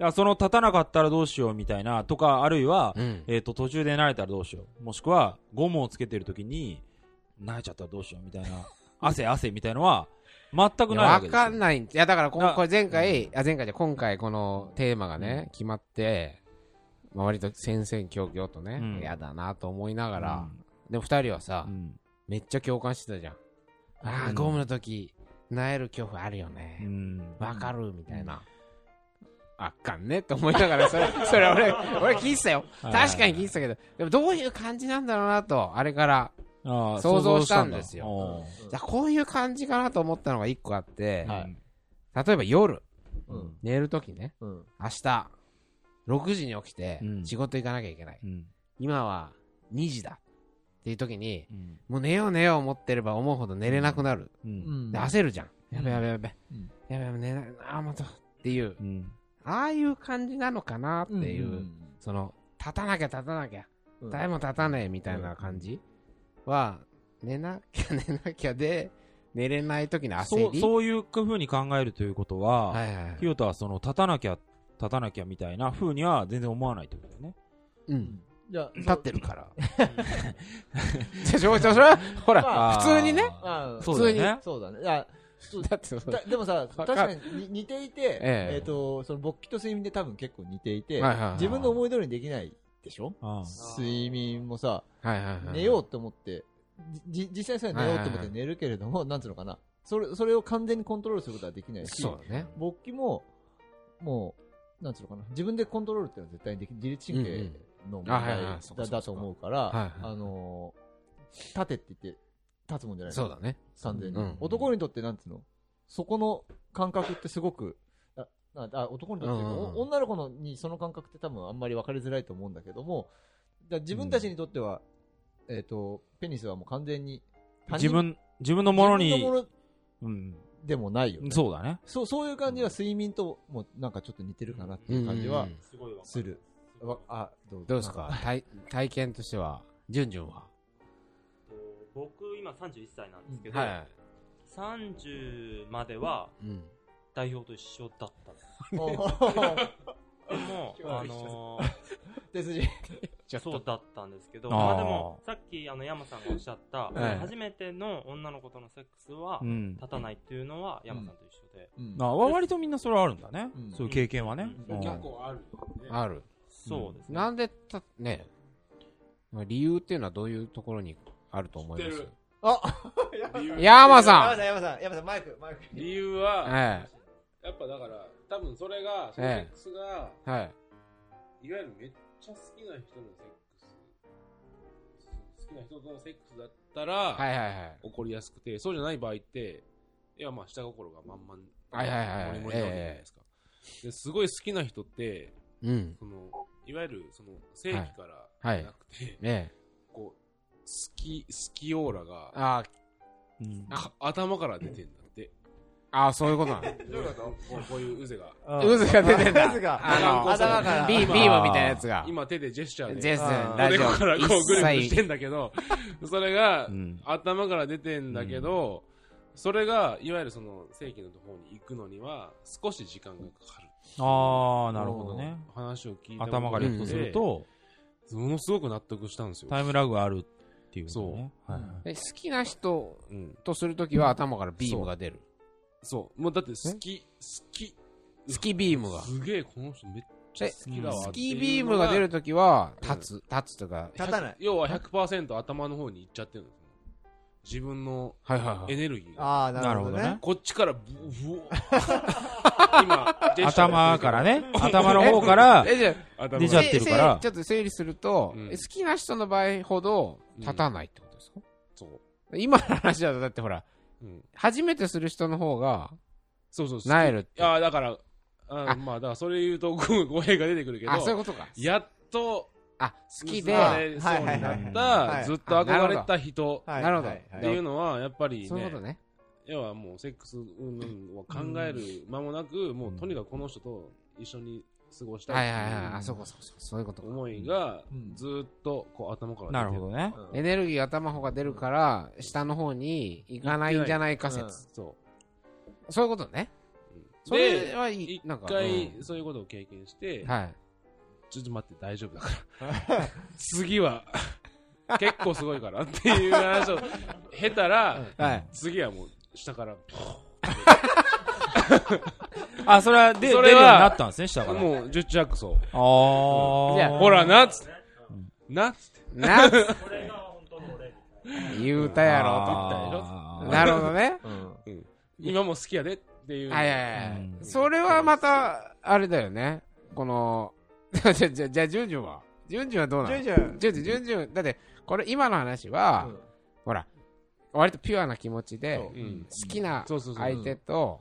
Speaker 1: や、その立たなかったらどうしようみたいな、とか、あるいは、
Speaker 2: うん
Speaker 1: えっ、と、途中で慣れたらどうしよう。もしくは、ゴムをつけてる時に、慣れちゃったらどうしようみたい な、汗汗みたいのは、全くないわけですよ。
Speaker 2: 分かんないんいやだからこ
Speaker 1: な
Speaker 2: これ前回あ前回じゃ今回このテーマがね決まってまあ割と戦々恐々とね
Speaker 1: うん
Speaker 2: 嫌だなと思いなが
Speaker 1: から
Speaker 2: でも二人はさ
Speaker 1: うん。
Speaker 2: めっちゃ共感してたじゃんあ
Speaker 1: う
Speaker 2: あ
Speaker 1: ん
Speaker 2: ゴムの時なえる恐怖あるよ
Speaker 1: う
Speaker 2: ね
Speaker 1: ん。
Speaker 2: わかるみたいなあかんねって思いながらそれ それ俺俺聞いてたよ
Speaker 1: はいはいはい
Speaker 2: 確かに聞いてたけどでもどういう感じなんだろうなとあれから
Speaker 1: ああ
Speaker 2: 想像したんですよ
Speaker 1: 想像し
Speaker 2: じゃあこういう感じかなと思ったのが一個あって
Speaker 1: たんだ
Speaker 3: は
Speaker 2: 例えば夜
Speaker 3: うん
Speaker 2: 寝る時ね
Speaker 3: うん。うん。
Speaker 2: 明日6時に起きて
Speaker 1: うん
Speaker 2: 仕事行かなきゃいけない、
Speaker 1: うんうん
Speaker 2: 今は2時だっていう時に
Speaker 1: うん
Speaker 2: もう寝よう寝よう思ってれば思うほど寝れなくなる、
Speaker 1: う
Speaker 3: うんん
Speaker 2: で焦るじゃんやべやべやべ、
Speaker 3: うん
Speaker 2: やべやべ寝ないああまたっていう
Speaker 1: うん
Speaker 2: ああいう感じなのかなっていう、
Speaker 3: ん
Speaker 2: その立たなきゃ立たなきゃ
Speaker 3: うん
Speaker 2: 誰も立たねえみたいな感じは寝なきゃ寝なきゃで寝れない時の
Speaker 1: そ
Speaker 2: 焦
Speaker 1: う
Speaker 2: り
Speaker 1: そういうふうに考えるということは、
Speaker 2: はいはいはい
Speaker 1: ひよたはその立たなきゃ立たなきゃみたいなふうには全然思わないってことだよね。
Speaker 2: うん、
Speaker 3: じゃあ、
Speaker 2: 立ってるからじゃあちょちょそれはほら、
Speaker 3: ま
Speaker 2: 普通にね
Speaker 3: ああ
Speaker 1: そうだよね。
Speaker 3: そうだね。いや、 そう
Speaker 2: だってそ
Speaker 3: だでもさ、
Speaker 2: わかん
Speaker 3: 確かにに似ていて、
Speaker 2: ええ
Speaker 3: えっと、その勃起と睡眠で多分結構似ていて
Speaker 2: はいはいはいはい、
Speaker 3: 自分の思い通りにできないでしょ
Speaker 1: ああ
Speaker 3: 睡眠もさ、
Speaker 2: はいはいはい、
Speaker 3: 寝ようと思って、じじ実際にそれ寝ようと思って寝るけれども、なんつうのかな。それ、それを完全にコントロールすることはできないし、
Speaker 2: そうだね
Speaker 3: 勃起も、もう、なんつうのかな。自分でコントロールっていうのは絶対にでき、自律神
Speaker 2: うん
Speaker 3: 経の問
Speaker 2: あはいはい
Speaker 3: 題
Speaker 2: そうかそう
Speaker 3: だ
Speaker 2: か
Speaker 3: だと思うか
Speaker 2: はいはい
Speaker 3: ら、あのー、立てって言って、立つもんじゃない
Speaker 2: そうだね
Speaker 3: 完全に、
Speaker 2: うん
Speaker 3: 男にとってなんつうのそこの感覚ってすごくあああ男にとっていうか、
Speaker 2: うんうんうん
Speaker 3: お女の子のにその感覚って多分あんまり分かりづらいと思うんだけどもだ自分たちにとっては、えっ、とペニスはもう完全に他人
Speaker 1: 自分自分のもの
Speaker 3: 自分
Speaker 1: に
Speaker 3: のもの
Speaker 1: うん、
Speaker 3: でもないよね
Speaker 1: そうだね。
Speaker 3: そうそういう感じは睡眠ともなんかちょっと似てるかなっていう感じ
Speaker 2: う
Speaker 3: は
Speaker 2: ん
Speaker 5: すごいわ。
Speaker 3: する、わあどうぞ
Speaker 2: どうです か体体験としてはじゅんじゅんは
Speaker 5: 僕、今31歳なんですけど、
Speaker 2: は、
Speaker 5: 30まではい
Speaker 2: うん、
Speaker 5: 代表と一緒だったんです。
Speaker 3: お ー、
Speaker 5: でも
Speaker 3: 今
Speaker 5: あ
Speaker 3: 日は
Speaker 5: のー
Speaker 3: 手筋
Speaker 2: ちょっ
Speaker 5: そう
Speaker 2: と
Speaker 5: だったんですけど、
Speaker 1: あー
Speaker 5: まあでも、さっき、あの、山さんがおっしゃった、
Speaker 2: ええ
Speaker 5: 初めての女の子とのセックスは
Speaker 1: う、ん、
Speaker 5: 立たないっていうのは、山さんと一緒で、
Speaker 3: うん
Speaker 1: あわ割とみんなそれはあるんだね、
Speaker 3: うん
Speaker 1: そういう経験はね、
Speaker 5: う
Speaker 1: うん
Speaker 4: 結構あるよね。
Speaker 2: ある
Speaker 5: そうですね。
Speaker 2: なんでたね理由っていうのはどういうところにあると思いま
Speaker 4: 知って
Speaker 2: す
Speaker 4: る
Speaker 3: あ
Speaker 4: 理由
Speaker 2: 山さん
Speaker 3: 山さん山さんマイクマイク
Speaker 4: 理由は、
Speaker 2: え
Speaker 4: やっぱだから、多分それが、そのセッ
Speaker 2: ええ
Speaker 4: クスが、
Speaker 2: えはい
Speaker 4: いわゆるめっちゃ好きな人のセックス、好きな人とのセックスだったら、
Speaker 2: はいはいはい
Speaker 4: 起こりやすくて、そうじゃない場合って、いやまあ下心がまんまん、
Speaker 2: はいはいはい
Speaker 4: モリモリなわけじゃないですか。ですごい好きな人って、
Speaker 2: うん
Speaker 4: そのいわゆるその正規からじ
Speaker 2: はい
Speaker 4: ゃなくて、
Speaker 2: ねえ
Speaker 4: こう、好き、好きオーラが、
Speaker 2: あ
Speaker 1: うん
Speaker 4: か頭から出てんだって。
Speaker 2: あそういうことなの
Speaker 4: どういうことこういううぜが。
Speaker 2: 渦が出てん だ
Speaker 3: 渦が
Speaker 2: あの
Speaker 3: 頭から
Speaker 2: ビービーマみたいなやつが
Speaker 4: 今手でジェスチャーで。
Speaker 2: ジェスチャー
Speaker 4: お
Speaker 2: ラ
Speaker 4: で
Speaker 2: ジ
Speaker 4: こからこ
Speaker 2: オ
Speaker 4: うぐるぐる
Speaker 2: 一
Speaker 4: して
Speaker 2: 切
Speaker 4: んだけど、それが、
Speaker 1: うん
Speaker 4: 頭から出てんだけど、それが、いわゆるその正規のところに行くのには、少し時間がかかる。
Speaker 1: ああなるほどね
Speaker 4: 話を聞いて
Speaker 1: 頭からいくとする、と、
Speaker 4: ものすごく納得したんですよ。
Speaker 1: タイムラグがあるっていうことねはい
Speaker 2: え好きな人
Speaker 4: うん。
Speaker 2: とするときは頭からビームが出る
Speaker 4: そう。もうだって好き、好き。
Speaker 2: 好きビームが
Speaker 4: すげえ、この人めっちゃ好きだわっていうのが。
Speaker 2: スキービームが出るときは、立つ、立つとか、
Speaker 3: 立たない
Speaker 4: 要は100%頭の方に行っちゃってるんですよ自分の
Speaker 2: はいは
Speaker 4: エネルギーが
Speaker 3: ああ、
Speaker 1: なるほどね。
Speaker 4: こっちからブーブワ ー今、ジェスチャー
Speaker 1: 頭からね、頭の方から、
Speaker 2: えじゃあ
Speaker 4: 頭
Speaker 1: 出ちゃってるから
Speaker 2: せせちょっと整理すると、
Speaker 4: うん
Speaker 2: 好きな人の場合ほど立たないってことですか、
Speaker 4: そう。
Speaker 2: 今の話だとだってほら、
Speaker 4: うん
Speaker 2: 初めてする人の方が、
Speaker 4: そうそうそう。
Speaker 2: なえるって。
Speaker 4: いやだから、あ
Speaker 2: あ
Speaker 4: まあ、だからそれ言うと、ご語弊が出てくるけど
Speaker 2: あ、、そういうことか。
Speaker 4: やっと、
Speaker 2: あ、好きで、
Speaker 4: 結ば
Speaker 2: な
Speaker 4: れそうに
Speaker 3: は
Speaker 4: なっ
Speaker 3: いはいは
Speaker 4: た、
Speaker 3: い
Speaker 4: ずっと憧れた人
Speaker 3: はい
Speaker 2: るほど。
Speaker 3: はい
Speaker 4: っていうのは、やっぱり
Speaker 2: そういうこと
Speaker 4: ね、
Speaker 2: ね。
Speaker 4: 要はもう、セックスうんうんを考える間もなく、もう、とにかくこの人と一緒に過ごした
Speaker 2: はいい
Speaker 4: っ
Speaker 2: はい
Speaker 4: て
Speaker 2: はい
Speaker 4: いう。
Speaker 2: あ、そうかそうかそうかそういうことか。
Speaker 4: 思いが
Speaker 3: うん
Speaker 4: ずっとこう頭から
Speaker 1: なるほどね。
Speaker 2: エネルギー頭方が出るから、下の方に行かないんじゃないか
Speaker 3: うん
Speaker 2: 説。
Speaker 4: そ
Speaker 2: そういうことね。
Speaker 4: う
Speaker 2: それ
Speaker 4: で
Speaker 2: はいい
Speaker 4: 一。
Speaker 2: なんか、
Speaker 4: 回
Speaker 2: うん
Speaker 4: そういうことを経験して、
Speaker 2: はい。
Speaker 4: ちょっと待って大丈夫だから 次は結構すごいからっていう話を経たら、
Speaker 2: はい。
Speaker 4: 次はもう下から
Speaker 1: あ、それは、で、出
Speaker 4: そ
Speaker 1: る
Speaker 4: れは
Speaker 1: ようになったんですね、下から。あ
Speaker 4: もう十中八そう
Speaker 1: あ
Speaker 2: じゃあ
Speaker 1: ー。
Speaker 4: ほらなっつってなっつって
Speaker 2: な、言うたやろ
Speaker 1: あ
Speaker 2: と。
Speaker 1: ー
Speaker 2: なるほどね。
Speaker 3: うん
Speaker 4: 今も好きやでっていう
Speaker 2: はいはいは
Speaker 1: う
Speaker 2: い
Speaker 1: ん。
Speaker 2: それはまた、あれだよね。この、 じゃあ、じゃあ、じゃあ、ジュンジュンはジュンジュンはどうなの
Speaker 3: ジュンジュン
Speaker 2: ジュンジュン、ジュンジュンだって、これ今の話は、ほら、割とピュアな気持ちで、
Speaker 4: うんうん
Speaker 2: 好きな
Speaker 4: そうそうそう
Speaker 2: 相手と、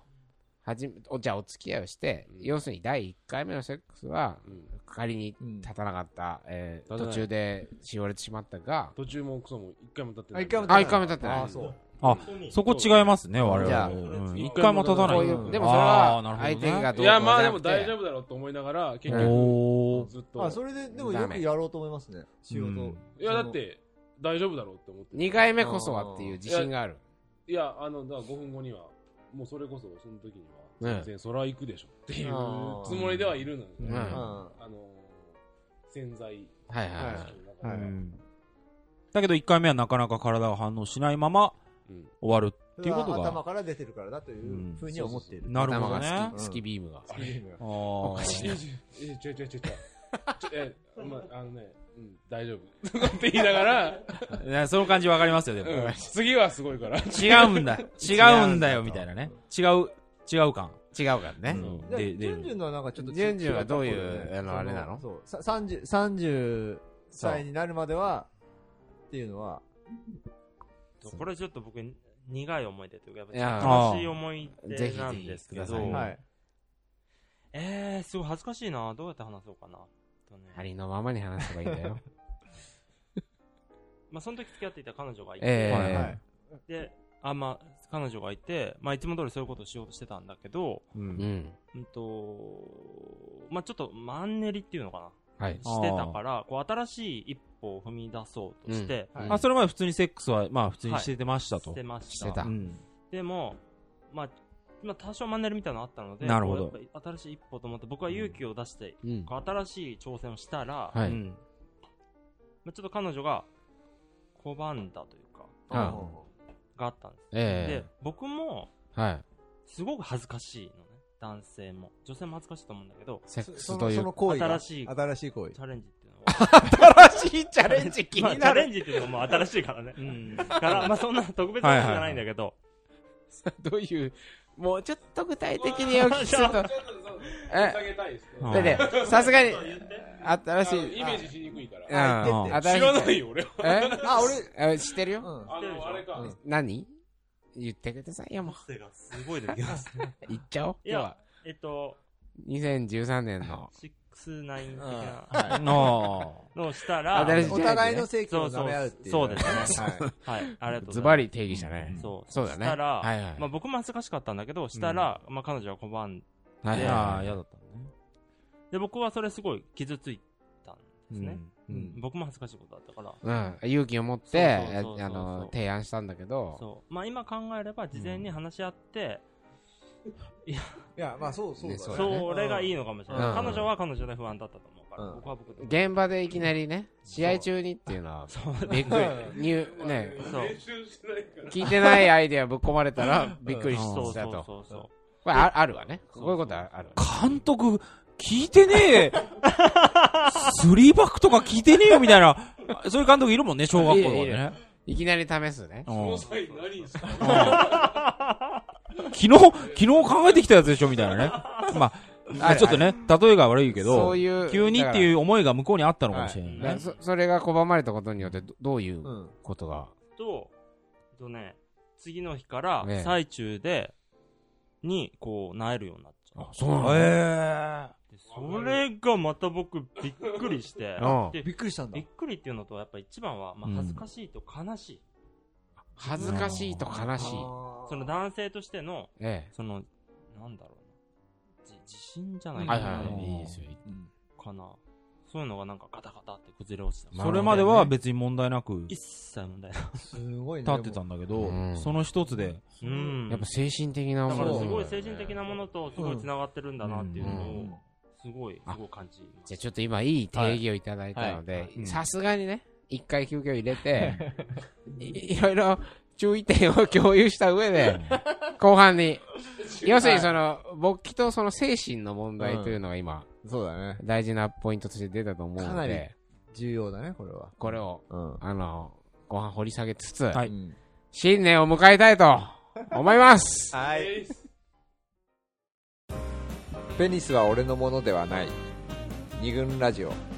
Speaker 2: はじめ、お、じゃあお付き合いをして、要するに第1回目のセックスは、
Speaker 4: うん
Speaker 2: 仮に立たなかった、えー
Speaker 4: 立たない
Speaker 2: 途中でしおれてしまったが、
Speaker 4: 途中もクソも一回も立ってな
Speaker 3: あ
Speaker 4: い
Speaker 3: 一回も
Speaker 2: あ、1回目立ってない。
Speaker 3: あそう
Speaker 1: あ、そこ違いますね、我
Speaker 3: じゃあ
Speaker 1: 々。うん一回も立たな
Speaker 2: こ
Speaker 1: いう
Speaker 2: い
Speaker 3: ん
Speaker 2: う、
Speaker 1: よ。
Speaker 2: でもそれ
Speaker 1: あーなる
Speaker 2: は、
Speaker 1: ほどね
Speaker 2: 相手がど
Speaker 4: い
Speaker 2: こうじ
Speaker 4: う
Speaker 2: ゃなくて
Speaker 4: やまあでも大丈夫だろうと思いながら結局
Speaker 1: おー。
Speaker 4: ずっと
Speaker 3: あそれででもよくやろうと思いますね仕
Speaker 1: う
Speaker 3: 事
Speaker 1: ん
Speaker 4: いやだって大丈夫だろうって思って
Speaker 2: 2回目こそはっていう自信がある。
Speaker 4: いや、あの、だから5分後には、もうそれこそ、その時には、
Speaker 2: ね
Speaker 4: 全然そら行くでしょっていう
Speaker 3: あー
Speaker 4: つもりではいるのよ。
Speaker 1: うん
Speaker 3: うんは
Speaker 4: あのー、潜在意
Speaker 2: はいはいはい。
Speaker 4: 識の中
Speaker 3: は
Speaker 4: で
Speaker 3: い
Speaker 1: うんだけど、一回目はなかなか体が反応しないまま
Speaker 4: うん
Speaker 1: 終わる。っていうことが
Speaker 3: 頭から出てるからだというふうには思っている
Speaker 1: なる
Speaker 2: 頭
Speaker 1: ほど
Speaker 2: が
Speaker 1: ね。
Speaker 2: 好
Speaker 1: あ
Speaker 2: き、好きビームが。
Speaker 4: あれ
Speaker 3: うん
Speaker 1: あー。
Speaker 4: え、ちょいちょいちょいちょい。ちょえ、ま、あのね、うん、大丈夫。とかって言いながら、
Speaker 1: いや その感じわかりますよ、でも。
Speaker 4: うん、次はすごいから。
Speaker 1: 違うん だ。違うんだよ、みたいなね。違う、違う感。
Speaker 2: 違うからね。
Speaker 1: うん
Speaker 3: で、
Speaker 1: で
Speaker 3: ジュンジュンのはなんかちょっと
Speaker 2: ジュンジュンは
Speaker 3: 違ったっぽよね
Speaker 2: どういうあの
Speaker 3: そ
Speaker 2: あれなの
Speaker 3: そう。さ30、30歳になるまでは、っていうのは、
Speaker 5: これちょっと僕、苦い思い出というか、やっ
Speaker 2: いや
Speaker 5: ぱ悲しい思い出なんですけ
Speaker 2: ぜひぜひ
Speaker 5: ど
Speaker 2: う、ん
Speaker 3: はい。
Speaker 5: えー、すごい恥ずかしいな。どうやって話そうかな。とね
Speaker 2: ありのままに話せばいいんだよ。
Speaker 5: まあ、その時付き合っていた彼女がいて、
Speaker 2: ええ
Speaker 1: はい
Speaker 3: は。
Speaker 1: はい
Speaker 5: で、あ、まあ、彼女がいて、まあ、いつも通りそういうことをしようとしてたんだけど、
Speaker 1: うん
Speaker 2: うん。
Speaker 5: うんと、まあ、ちょっとマンネリっていうのか
Speaker 2: はい
Speaker 5: な。。してたから、こう、新しい一歩を踏み出そうとして、
Speaker 3: うんはい
Speaker 1: あ、それまで普通にセックスは、まあ普通にしててましたと。
Speaker 5: してました。
Speaker 2: してた
Speaker 1: うん。
Speaker 5: でも、まあ、まあ、多少マンネリみたいなのあったので、
Speaker 1: なるほど
Speaker 5: こうやっぱ新しい一歩と思って、僕は勇気を出して、
Speaker 2: うん。
Speaker 5: こう新しい挑戦をした
Speaker 2: は
Speaker 5: ら、
Speaker 1: う
Speaker 2: い。
Speaker 1: ん
Speaker 5: まあ、ちょっと彼女が拒んだというか、
Speaker 2: あ
Speaker 5: があったんです。
Speaker 2: え
Speaker 5: で、僕も、
Speaker 2: え。はい。
Speaker 5: すごく恥ずかしいのね。男性も。女性も恥ずかしいと思うんだけど、
Speaker 2: セック
Speaker 3: そ
Speaker 2: ス
Speaker 3: の
Speaker 2: とい
Speaker 3: そうの。行為が。
Speaker 5: 新しい
Speaker 3: 新しい行為
Speaker 5: チ。ャレンジっていうのは。
Speaker 2: 新しいチャレンジ気
Speaker 5: まあチャレン。ジっていうのも新しいからね。
Speaker 1: うん。
Speaker 5: から、まあそんな特別なことじゃないんだけど、
Speaker 2: どういう、もうちょっと具体的にお聞きすると。
Speaker 4: あげたいです
Speaker 1: う
Speaker 4: ね。
Speaker 1: ん
Speaker 2: だって、さすがに、新
Speaker 4: あ
Speaker 2: し
Speaker 4: の
Speaker 2: い。
Speaker 4: イメージしにくいから。
Speaker 2: うん
Speaker 3: あ
Speaker 1: 言って
Speaker 2: 新し
Speaker 4: 知らないよ、俺は。
Speaker 2: え
Speaker 3: あ、俺、
Speaker 2: え知ってるよ。
Speaker 3: うん。
Speaker 4: あの、あれか。
Speaker 3: うん
Speaker 2: 何言ってくださいよ、もう。
Speaker 5: 汗がすごい出てきます。
Speaker 2: 言っちゃおう。
Speaker 5: い
Speaker 2: 今日は
Speaker 5: や、、えっと、
Speaker 2: 2013年の。
Speaker 5: 69的
Speaker 3: うん
Speaker 5: な
Speaker 3: は
Speaker 1: あ
Speaker 5: のをしたら、
Speaker 2: 新し
Speaker 3: いお互いの性器を舐め合うっていう。
Speaker 5: そうそうそうです
Speaker 3: ね。はい。
Speaker 5: はい、ありがとうございます。
Speaker 2: ズバリ定義したね。
Speaker 5: そう。
Speaker 2: そうだね
Speaker 5: したら、
Speaker 2: はいはい
Speaker 5: まあ僕も恥ずかしかったんだけど、したら、まあ彼女は拒ん
Speaker 2: は
Speaker 1: あ。い
Speaker 2: い
Speaker 1: や
Speaker 2: は
Speaker 1: ー、
Speaker 2: い
Speaker 1: 嫌だったね。
Speaker 5: で、僕はそれすごい傷ついたんですね。
Speaker 1: うん。
Speaker 5: 僕も恥ずかしいことだったから。
Speaker 2: うん、勇気を持って
Speaker 5: そうそうそうそう、
Speaker 2: あの、提案したんだけど、
Speaker 5: そう。まあ今考えれば、事前に話し合って、
Speaker 3: いや、まあそう、そうだ
Speaker 2: ね
Speaker 3: よ
Speaker 2: う
Speaker 3: ね
Speaker 5: それがいいのかもしれない。
Speaker 2: うん
Speaker 5: 彼女は彼女で不安だったと思うから、
Speaker 3: うん
Speaker 5: 僕は僕で。
Speaker 2: 現場でいきなりね、試合中にっていうのは、
Speaker 5: そう。
Speaker 2: びっくり。ニューね、
Speaker 5: そう
Speaker 4: 練習しないから。
Speaker 2: 聞いてないアイデアぶっ込まれたら、びっくり
Speaker 1: うん
Speaker 5: そ
Speaker 2: し
Speaker 5: うそ
Speaker 2: た
Speaker 5: う
Speaker 2: と。
Speaker 5: そうそう。
Speaker 2: これああるわね。こういうことはあるわ。
Speaker 1: 監督、聞いて ねえ。スリーバックとか聞いてねえよ、みたいな。そういう監督いるもんね、小学校とかで
Speaker 2: いるい
Speaker 1: ね。
Speaker 2: いきなり試すね
Speaker 1: う。
Speaker 4: こ
Speaker 1: ん
Speaker 4: の際何した
Speaker 1: 昨日、昨日考えてきたやつでしょみたいなね。まあ、
Speaker 2: あ
Speaker 1: あ
Speaker 2: る
Speaker 1: ちょっとね、例えが悪いけ
Speaker 2: そ
Speaker 1: ど
Speaker 2: う、いう
Speaker 1: 急にっていうう思いが向こうにあった
Speaker 2: の
Speaker 1: のかもしれないね。
Speaker 2: そそれが拒まれたことによってどどういう
Speaker 3: う。
Speaker 2: うんことが、
Speaker 5: と、えっとね、次の日から
Speaker 2: ねえ
Speaker 5: 最中で、に、こう、なえるようになっちゃっ
Speaker 2: そうな
Speaker 1: え
Speaker 5: て、それがまた僕、びっくりして
Speaker 2: うん、
Speaker 5: で
Speaker 3: びっくりしたんだ
Speaker 5: びっ。くりっていうのと、やっぱ一番は、まあ
Speaker 1: うん
Speaker 5: 恥ずかしいと悲しい。
Speaker 2: 恥ずかしいと悲しい。
Speaker 5: その男性としての、
Speaker 2: え
Speaker 5: その、なんだろうな。じ自信じゃない
Speaker 2: え。
Speaker 5: か
Speaker 2: はい
Speaker 5: な。
Speaker 2: はいはい。
Speaker 1: うん
Speaker 2: いいですよ。
Speaker 3: うん
Speaker 5: かな。そういうのがなんかガタガタって崩れ落ちた。
Speaker 2: まあ
Speaker 1: それまでは別に問題なく立
Speaker 5: 一切問題ない。
Speaker 3: すごいね。
Speaker 1: ってたんだけど
Speaker 2: うん、
Speaker 1: その一つで、
Speaker 5: うん。
Speaker 2: やっぱ精神的な
Speaker 5: だ
Speaker 2: も
Speaker 5: から
Speaker 2: の
Speaker 5: すごい
Speaker 2: じ
Speaker 5: 精神的なものとすごい繋がってるんだなっていうの
Speaker 3: う
Speaker 5: を
Speaker 3: ん、
Speaker 5: すごい、
Speaker 2: あ
Speaker 5: すごい感じま
Speaker 2: ゃ
Speaker 5: す。
Speaker 2: あちょっと今いい定義をいただいたの
Speaker 1: はいは
Speaker 2: で
Speaker 1: いうん、
Speaker 2: さすがにね、一回休憩を入れて、いいろいろ注意点を共有した上で、後半に、要するにその、勃起とその精神の問題というのが今、
Speaker 3: そうだね。
Speaker 2: 大事なポイントとして出たと思う
Speaker 3: か
Speaker 2: の
Speaker 3: なり
Speaker 2: で、
Speaker 3: 重要だね、これは。
Speaker 2: これを、
Speaker 3: うん。
Speaker 2: あの、後半掘り下げつつ、
Speaker 1: はい
Speaker 3: うん
Speaker 2: 新年を迎えたいと思います
Speaker 3: はい。ペニスは俺のものではない。二軍ラジオ。